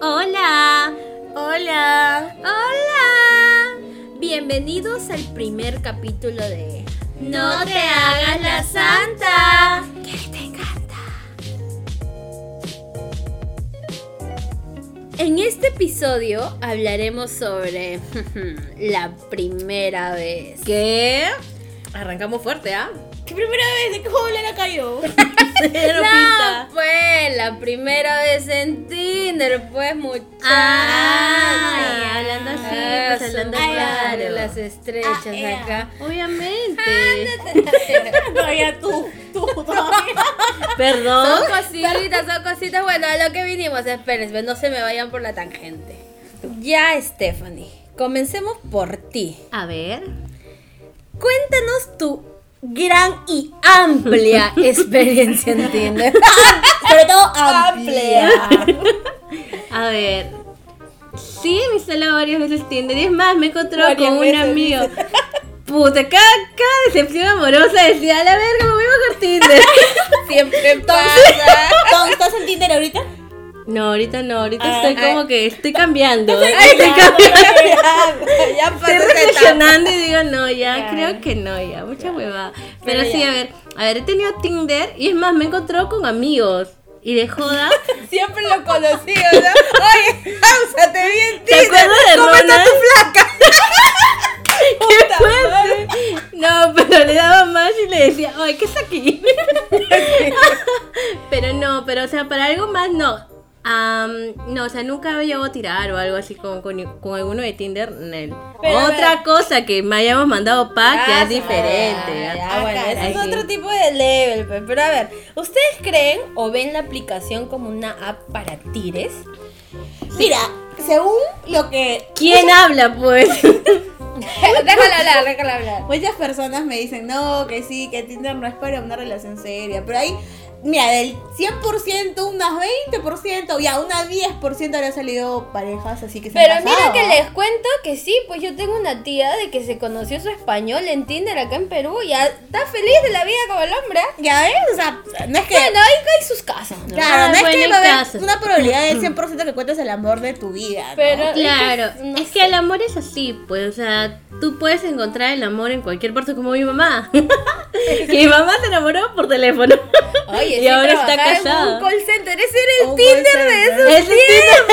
Hola. Hola. Hola. Bienvenidos al primer capítulo de No te hagas la santa. ¿Qué te encanta? En este episodio hablaremos sobre la primera vez. ¿Qué? Arrancamos fuerte, ¿ah? ¿Qué primera vez? ¿De qué juego le la cayó? Cero No, pues la primera vez en Tinder, pues muchachos. Ay, hablando así, pues, hablando Ay, claro. las estrechas Ah, ea. acá. Obviamente. Todavía tú, tú, todavía. Perdón. Son cositas, son cositas. Bueno, a lo que vinimos, espérense, pues, no se me vayan por la tangente. Ya, Stephanie, comencemos por ti. A ver. Cuéntanos tu gran y amplia experiencia en Tinder. Sobre todo A ver. Sí, me instaló varias veces Tinder. Y es más, me encontró Varias con un veces, amigo. Puta, cada, cada decepción amorosa decía, a la verga, me voy a bajar Tinder. Siempre pasa. ¿Estás- ¿Estás en Tinder ahorita? No, ahorita no, ahorita Ah, estoy ah. como que estoy cambiando. Ya, Ya, ya pasó Estoy esa etapa. reflexionando y digo, no, ya, Ya. creo que no, ya, mucha huevada. Pero, Pero sí, ya. a ver, a ver, he tenido Tinder y es más, me he encontrado con amigos. Y de joda, Siempre lo conocí, o sea, oye, Hamza, te vi en ¿te Tinder, acuerdas de ¿cómo está Ronald? tu flaca? ¡Qué fuerte! No, pero le daba más y le decía, ¡ay, qué es aquí! pero no, pero o sea, para algo más no. Am, no, o sea, nunca llego a tirar o algo así con, con, con alguno de Tinder. nel. Pero, a Otra cosa que me hayamos mandado pa' que Ah, es diferente. ¿ya? ah, ya, bueno, Ah, ese es caray. otro tipo de level, pe. pero a ver, ¿ustedes creen o ven la aplicación como una app para tires? Mira, según lo que ¿Quién habla, pues? déjala hablar, déjala hablar. muchas personas me dicen, no, que sí, que Tinder no es para una relación seria, pero ahí, mira, del 100%, unas 20%, ya, unas 10% habrán salido parejas, así que se han Pero mira casado, que ¿ah? les cuento que sí, pues yo tengo una tía de que se conoció su español en Tinder acá en Perú y ya está feliz de la vida como el hombre. ¿ah? Ya ves, o sea, no es que... Bueno, ahí hay sus casas, ¿no? Claro, Ah, no es bueno, que en va a haber casos. una probabilidad del 100% que cuentes el amor de tu vida. ¿no? Pero Claro, no es que el amor es así, pues, o sea, tú puedes encontrar el amor en cualquier parte como mi mamá. mi mamá se enamoró por teléfono. Oye, y sí, ahora está trabajar en casada. un call center, ese era el Un Tinder call de center. esos Es distinto.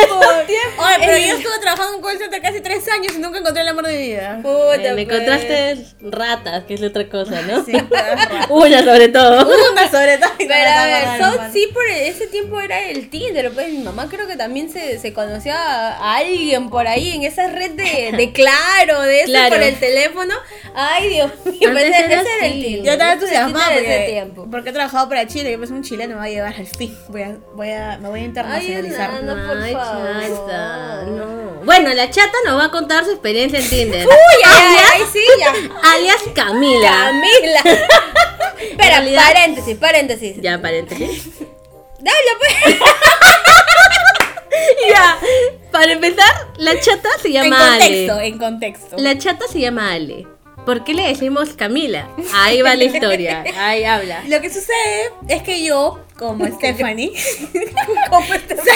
tiempos. Oye, pero Eh, yo estuve trabajando en un call center casi tres años y nunca encontré el amor de mi vida. puta, Eh, Me pues. encontraste ratas, que es otra cosa, ¿no? Sí, claro. Una sobre todo. Una sobre todo. y Pero a sobre ver, todo, so- hermano. sí, por e, ese tiempo era el Tinder, pues mi mamá creo que también se, se conocía a alguien por ahí, en esa red de, de Claro, de eso, Claro. por el teléfono. Ay, Dios mío, Antes ese, ese era era el así. Tinder. Yo estaba ese era el entusiasmada Tinder de ese porque, tiempo. porque he trabajado para Chile. Yo pensé un chileno me va a llevar al fin. Voy a, voy a, me voy a internacionalizar. Ay, Ana, por Ay, favor. chata, no. Bueno, la chata nos va a contar su experiencia en Tinder. Uy, ay, ay, sí, ya. Alias Camila. Camila. Espera, realidad- paréntesis, paréntesis. Ya, paréntesis. Dale, pues. ya, para empezar, la chata se en llama Ale. contexto, en contexto. La chata se llama Ale. ¿Por qué le decimos Camila? Ahí va la historia. Ahí habla. Lo que sucede es que yo, como Stephanie, como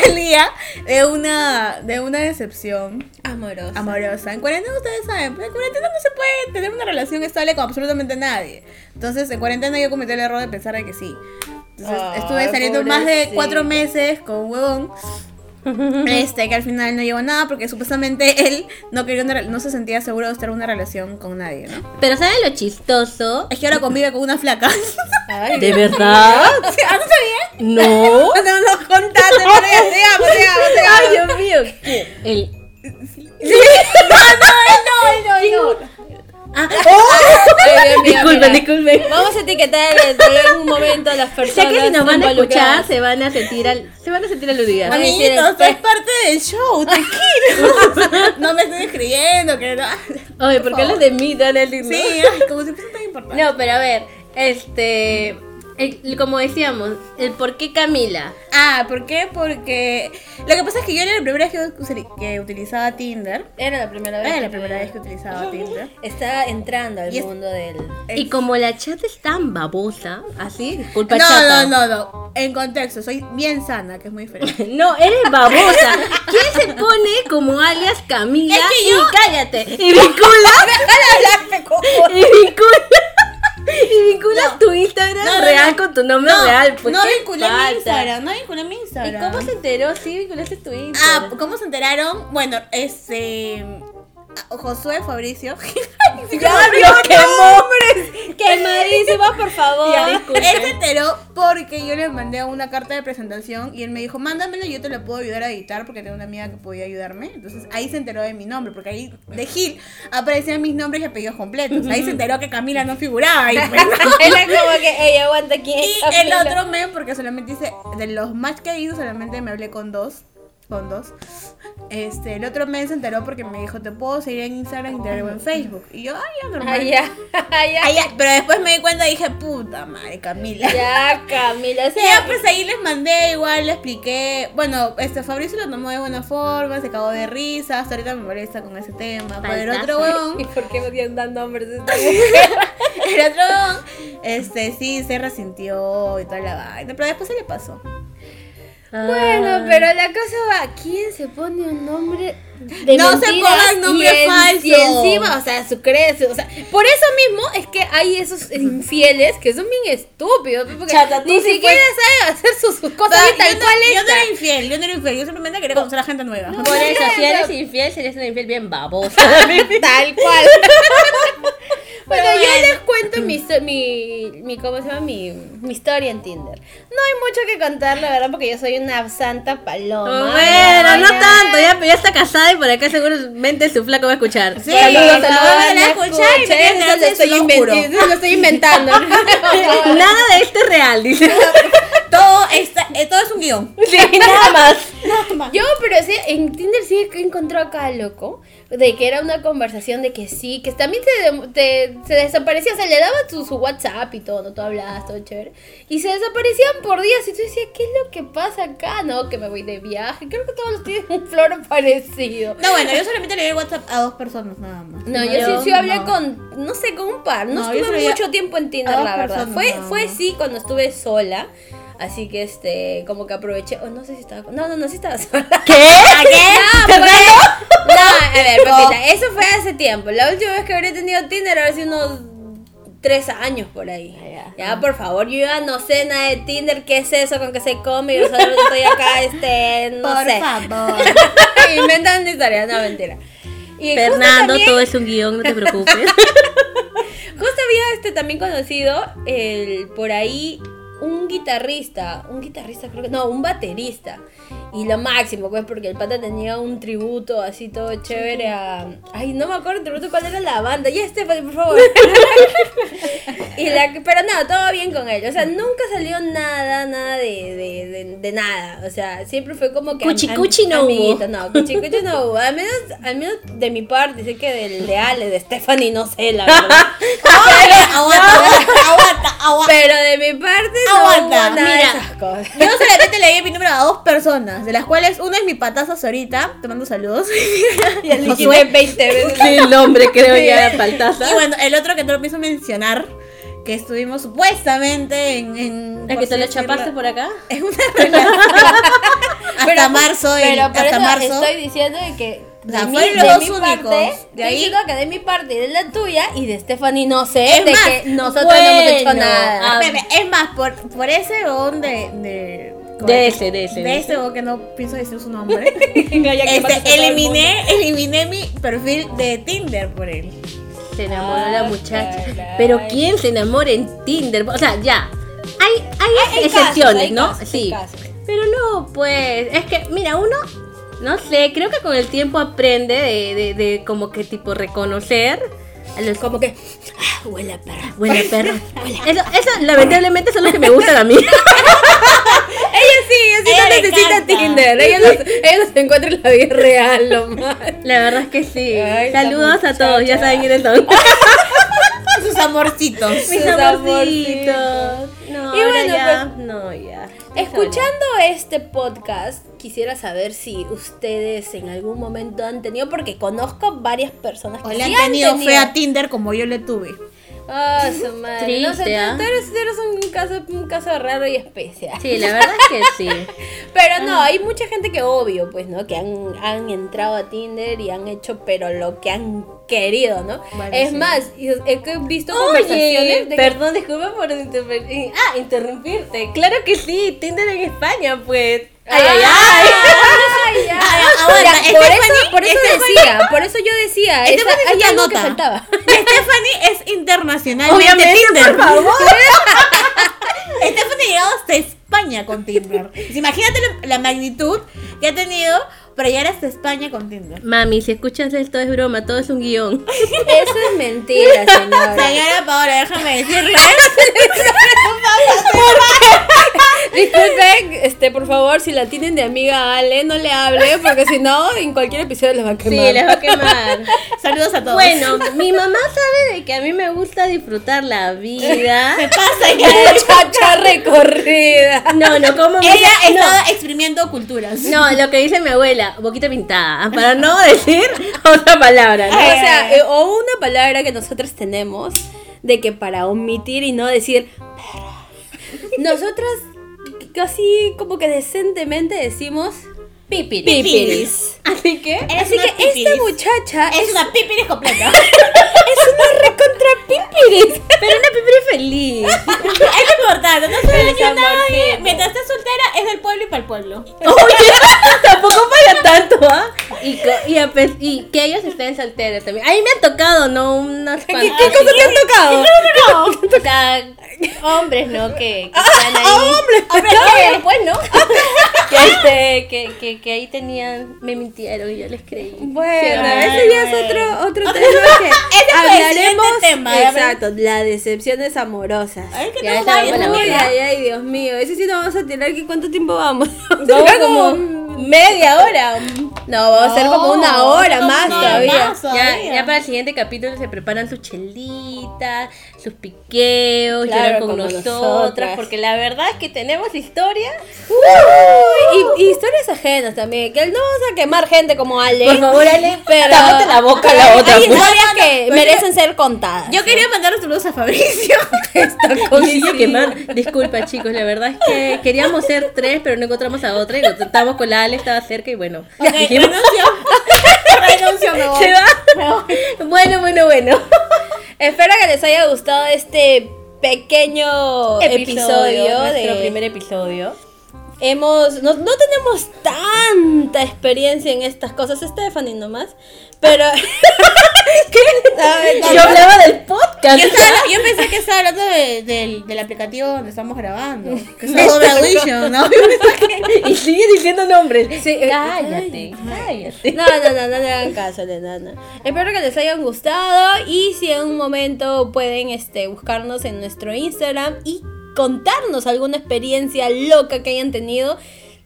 salía de una, de una decepción Amoroso. amorosa. En cuarentena ustedes saben, en cuarentena no se puede tener una relación estable con absolutamente nadie. Entonces, en cuarentena yo cometí el error de pensar de que sí. Entonces, Ay, estuve saliendo más de pobrecita. cuatro meses con un huevón. Este, que al final no llegó a nada porque supuestamente él no quería una re- no se sentía seguro de estar en una relación con nadie, ¿no? Pero ¿saben lo chistoso? Es que ahora convive con una flaca. Ay, ¿De verdad? O sea, ¿No sabía? No. No nos contaste, pero ya, te amo, te amo, te amo. Ay, Dios mío. ¿qué? El... no, no. Dios mío, Disculpen, mira. disculpen. Vamos a etiquetar en- en un momento a las personas. Ya que si nos van a escuchar, involucradas. se van a sentir al, se van a sentir aludidas. Ay, Amiguitos, sí, es parte del show, tranquilos. no me estoy escribiendo, que no. Oye, ¿por qué los de mí dan el Sí, ay, como si fuese tan importante. No, pero a ver, este. el- como decíamos, el por qué Camila. Ah, ¿por qué? Porque lo que pasa es que yo era la primera vez que usali- que utilizaba Tinder. Era la primera vez. Era la que- primera vez que utilizaba Tinder. Estaba entrando al Y es- mundo del. Y como la chat es tan babosa, así, disculpa No, chata. no, no, no. En contexto, soy bien sana, que es muy diferente. No, eres babosa. ¿Quién se pone como alias Camila? Es que Y yo- cállate. Y vincula, y vincula, y vinculas tu Instagram No, no, real no. con tu nombre real. Pues, no ¿qué vinculé pasa? mi Instagram, no vinculé mi ¿Y Instagram. cómo se enteró? Sí, vinculaste tu Instagram. Ah, ¿cómo se enteraron? Bueno, este... a- Josué Fabricio. ya vio que nombres. Quemadísima, por favor. Ya, Él se enteró porque yo le mandé una carta de presentación y él me dijo, mándamela, yo te la puedo ayudar a editar porque tengo una amiga que podía ayudarme. Entonces ahí se enteró de mi nombre, porque ahí de Gil aparecían mis nombres y apellidos completos. Ahí se enteró que Camila no figuraba. ahí, pues, ¿no? Era como que, ella aguanta aquí. Y el otro me, porque solamente hice, de los más que he ido, solamente me hablé con dos. Con dos. Este, el otro me se enteró porque me dijo, te puedo seguir en Instagram y te agrego en Facebook. Y yo, ay, ya normal. Ay, ya, ay, ya. Ay, ya. Pero después me di cuenta y dije, puta madre, Camila. Ya, Camila. o Sí, sea, ya, pues ahí les mandé, igual le expliqué. Bueno, este Fabricio lo tomó de buena forma, se cagó de risa. Hasta ahorita me molesta con ese tema. Pero el otro Faltazo. ¿Y weón, por qué me dieron dando nombres? el otro weón, este sí se resintió y toda la vaina. Pero después se le pasó. Ah. Ah. Bueno, pero la cosa va, ¿quién se pone un nombre de No se mentiras pongan nombre y en- falso. Y encima, o sea, su crece, o sea, por eso mismo es que hay esos infieles que son bien estúpidos, porque Chata, tú ni sí siquiera saben hacer sus, sus cosas Va, bien tal yo, no, cual yo no hechas. era infiel, yo no era infiel. Yo simplemente quería conocer a gente nueva. Por eso, si eres infiel, serías una infiel bien babosa. Tal cual. bueno, Pero yo bueno. les cuento mi, histo- mi, mi- ¿cómo se llama? Mi, mi historia en Tinder. No hay mucho que contar, la verdad, porque yo soy una santa paloma. Oh, Bueno, no Ay, tanto, ya, pero ya está casada y por acá seguramente su flaco va a escuchar. Sí, Saludos, no saludos, van a no escuchar y me escuchen, tienen eso lo así, estoy se lo inventando, juro. eso lo estoy inventando. Nada de esto es real, dice. Todo, está, eh, todo es un guión. nada más. Yo, pero sí, en Tinder sí que encontró acá loco, de que era una conversación de que sí, que también te, de- te- se desaparecía, o sea, le daba su, su WhatsApp y todo, ¿no? Tú hablabas, todo chévere. Y se desaparecían por días y tú decías, ¿qué es lo que pasa acá? No, que me voy de viaje, creo que todos tienen un flor parecido. No, bueno, yo solamente le di WhatsApp a dos personas nada más. No, yo, Yo sí, sí hablé no. con, no sé, con un par. No, No, yo estuve solo ya- mucho tiempo en Tinder, a dos la verdad. personas Fue, nada fue más. sí cuando estuve sola. Así que este, como que aproveché. oh, no sé si estaba. con- No, no, no, sí estaba sola. ¿Qué? No, pues, no, a ver, papita, eso fue hace tiempo. La última vez que habría tenido Tinder habrá sido unos tres años por ahí. Ah, Ya, por favor, yo ya no sé nada de Tinder, qué es eso, con qué se come, yo solamente estoy acá, este, no Por sé. favor. Inventan historias, no, mentira. Y justo Fernando, también- todo es un guión, no te preocupes. Justo había este también conocido el por ahí un guitarrista, un guitarrista creo que no, un baterista. Y lo máximo, pues, porque el pata tenía un tributo así todo chévere a. Ay, no me acuerdo el tributo cuál era la banda. Ya Stephanie, por favor. y la, pero nada, todo bien con él. O sea, nunca salió nada, nada de, de, de- de nada. O sea, siempre fue como que. am- Cuchi, am- cuchi no hubo. amiguito, no, cuchi, cuchi no hubo. Al menos, al menos de mi parte, sé que del de Ale, de Stephanie, no sé, la verdad. aguanta, aguanta, aguanta. Pero de mi parte no Aguanta, hubo nada mira. de esas cosas. Yo solamente le di mi número a dos personas, de las cuales una es mi pataza Sorita, te mando saludos. y, el Y Josué. 20 veces. Sí, el hombre creo ya faltaza. Y bueno, el otro que no lo pienso mencionar, que estuvimos supuestamente en. en ¿Es que por te lo así decirlo, chapaste por acá? Es una relación. hasta marzo, el- pero por hasta eso marzo. estoy diciendo de que de, sea, mi, fueron de los mi únicos. parte, De estoy ahí- diciendo que de mi parte y de la tuya y de Stephanie no sé, Es de más, que nosotros no hemos hecho bueno, nada. ah, Espérame, es más, por, por ese don de. de De ese, de ese, de De ese don que no pienso decir su nombre. este, eliminé, eliminé mi perfil de Tinder por él. Se enamoró la Ah, muchacha. caray. Pero ¿quién se enamora en Tinder? O sea, ya. Hay, hay, Hay casos, excepciones, hay ¿no? casos, hay sí. casos. Pero no, pues. Es que, mira, uno. No sé, creo que con el tiempo aprende de, de, de como que tipo reconocer. A los Como que ah, huele a perra. Buena perra. Eso, eso, lamentablemente, son los que me gustan a mí. Ella sí, ella sí Ella no le necesita encanta. Tinder. Ella no, ella no se encuentra en la vida real, lo más. La verdad es que sí. Ay, la Saludos a todos, ya muchacha. saben quiénes son. Sus amorcitos. Mis Sus amorcitos. pues, No. Y Y ahora bueno, ya, no, ya. Escuchando este podcast, quisiera saber si ustedes en algún momento han tenido, porque conozco varias personas que O le sí han tenido fe a Tinder como yo le tuve. Ah, su madre. no sé, Triste, ¿ah? tú eres, tú eres un, caso, un caso raro y especial. Sí, la verdad es que sí. Pero no, hay mucha gente que obvio, pues, ¿no? Que han, han entrado a Tinder y han hecho, pero lo que han querido, ¿no? Bueno, es sí. más, y- he que- visto Oye, conversaciones de... que- perdón, disculpa por interrumpir- eh, ah, interrumpirte. Claro que sí, Tinder en España, pues. Ay, ay, ay. ay, ay, ay. aguanta, Ya, ¿este por es eso, Fanny? por eso ¿Este es decía, por eso yo decía, Este esa- Fanny es hay una algo que nota. faltaba. Stephanie es internacional. Obviamente, Tinder. por favor. Stephanie ha llegado hasta España con Tinder. Pues Imagínate la, la magnitud que ha tenido para llegar hasta España con Tinder. Mami, si escuchas esto es broma, todo es un guión. Eso es mentira, señora. Señora Paola, déjame decirle. Disculpen, este, por favor, si la tienen de amiga Ale, no le hable, porque si no, en cualquier episodio les va a quemar. Sí, les va a quemar. Saludos a todos. Bueno, mi mamá sabe de que a mí me gusta disfrutar la vida. ¿qué pasa? Ya de chacha recorrida. Eh, No, no, como mi- Ella no. estaba exprimiendo culturas. No, lo que dice mi abuela, boquita pintada, para no decir otra palabra, O ¿no? Ay, sea, ay, ay. eh, o una palabra que nosotros tenemos de que para omitir y no decir perra, nosotras casi como que decentemente decimos Pipiris. pipiris. Así que Eres Así una que esta pipiris. muchacha Es es, una pipiris completa. una recontra pipiris. Pero una pipiris feliz. es importante. No se daña a nadie. amorcito. Mientras estés soltera, es del pueblo y para el pueblo. Oye, tampoco para tanto, ¿ah? Y, co- y, a pe- y que ellos estén solteros también. A mí me ha tocado, ¿no? Unas ¿Qué, qué cosa te han tocado? O sea, hombres, ¿no? Que, que Ah, están ahí. hombres! pues, ¿no? que, este, que, que, que ahí tenían, me mintieron y yo les creí. Bueno, Sí, ese ya bueno. es otro, otro tema que fue el siguiente hablaremos. tema, ya verás. exacto, las decepciones amorosas. Ay, que Ya, tengo ya, varias buena Uy, amiga. amigas. ay, ay, Dios mío. Ese sí nos vamos a tirar. ¿qué- ¿Cuánto tiempo vamos? Vamos Será como media hora. No, vamos a ser como una No, hora como más una todavía. más. Ya, Todavía. ya para el siguiente capítulo se preparan sus chelitas, sus piqueos, Claro, lloran con como nosotras, nosotras. porque la verdad es que tenemos historia. Y, y historias ajenas también. Que no vamos a quemar gente como Ale. Por favor, Ale, pero tápate la boca a la otra, Hay pues. historias que merecen ser contadas. Yo quería mandar los saludos a Fabricio. Oye, yo quemar. Disculpa, chicos, la verdad es que queríamos ser tres, pero no encontramos a otra y lo tratamos con la Ale, estaba cerca y bueno. dijimos, renuncio. renuncio, me voy. se va. Bueno, bueno, bueno. Espero que les haya gustado este pequeño episodio, nuestro de primer episodio. Hemos, no, no tenemos tanta experiencia en estas cosas, Stephanie nomás, pero... ¿Qué? Yo hablaba del podcast. Yo, estaba- yo pensé que estaba hablando de- del, del aplicativo donde estamos grabando. Que es Audition, ¿no? Y sigue diciendo nombres. Sí, eh, cállate, cállate. No, no, no, no le hagan caso, le- no, no. Espero que les hayan gustado y si en un momento pueden este, buscarnos en nuestro Instagram y contarnos alguna experiencia loca que hayan tenido.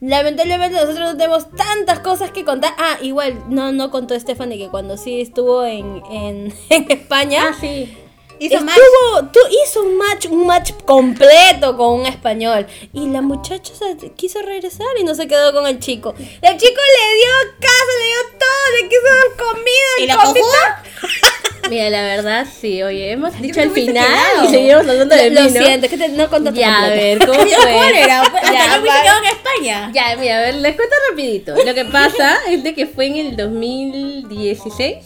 Lamentablemente nosotros no tenemos tantas cosas que contar. Ah, igual, no, no contó Stephanie que cuando sí estuvo en, en, en España. Ah, sí. Hizo match. Estuvo, tú hizo un match, un match completo con un español. Y la muchacha se quiso regresar y no se quedó con el chico. El chico le dio casa, le dio todo, le quiso dar comida. ¿Y el la compita- cojuda? Mira, la verdad, sí, oye, hemos dicho me al hubiese final quedado. y seguimos hablando de Lo, vino. siento, es que te- no contaste Ya, a ver, completo. ¿cómo ¿Cuál fue? era? Hasta Ya, yo me va. quedo en España. Ya, mira, a ver, les cuento rapidito. Lo que pasa es de que fue en el 2016.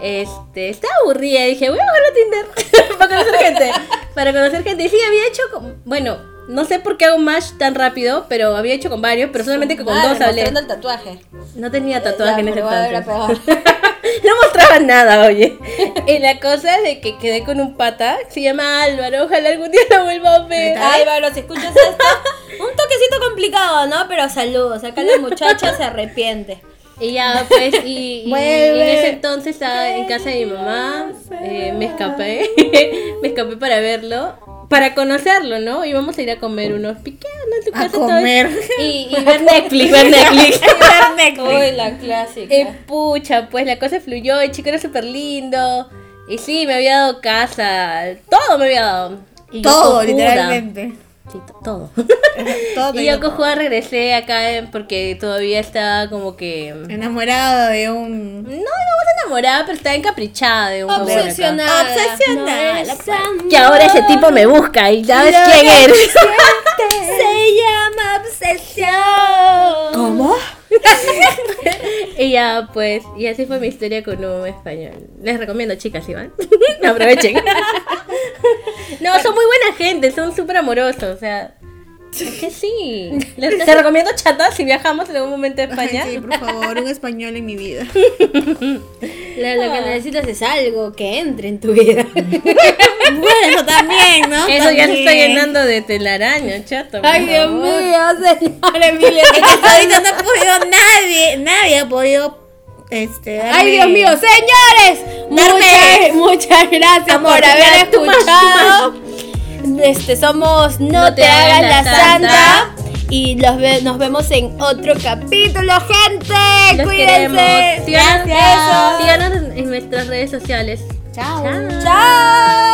Este, estaba aburrida y dije, voy a bajar a Tinder para conocer gente. Para conocer gente. Y sí, había hecho, con- bueno, no sé por qué hago match tan rápido, pero había hecho con varios, pero solamente que con Madre, dos hablé. mostrando el tatuaje. No tenía tatuaje en La ese jorobada era entonces. peor. No mostraba nada, oye. Y la cosa es de que quedé con un pata, que se llama Álvaro, ojalá algún día lo vuelva a ver. Álvaro, si escuchas esto, un toquecito complicado, ¿no? Pero saludos, acá la muchacha se arrepiente. Y ya, pues, y, y Vuelve. en ese entonces estaba en casa de mi mamá, eh, me escapé, me escapé para verlo, para conocerlo, ¿no? Íbamos a ir a comer unos piqueos en su A casa. todo. comer. Y, y ver Netflix, ver Netflix. Uy, la clásica. Eh, pucha, pues la cosa fluyó, el chico era súper lindo. Y sí, me había dado casa, todo me había dado. Y yo Todo, cojuda. literalmente. Sí, t- todo. Todo y tenía yo con todo. Juan regresé acá eh, porque todavía estaba como que. No, no Enamorado de un. estaba enamorada, pero estaba encaprichada de un huevón acá. Obsesionada. Obsesionada. No es amor. Que ahora ese tipo me busca y sabes Lo quién que eres. Se llama obsesión. ¿Cómo? Y ya, pues, y así fue mi historia con un español. Les recomiendo, chicas, si van. Aprovechen. no, son muy buena gente, son súper amorosos, o sea. es que sí. Les, te recomiendo chatas si viajamos en algún momento a España. Sí, por favor, un español en mi vida. Lo, lo que necesitas es algo que entre en tu vida. Bueno, también, ¿no? Eso ya se está También. llenando de telaraña, chato. por Ay, Dios favor. mío, señora Emilia. Ahorita no ha podido nadie, nadie ha podido. Este, darme- Ay, Dios mío, señores. Muchas, Darme- muchas gracias Amor, por haber ya, tú más, tú escuchado. Este, somos No, te, hagas la santa. Y los ve- nos vemos en otro capítulo, gente. Los Cuídense. queremos. Síganos, Gracias. síganos en nuestras redes sociales. Chao. Chao. Chao.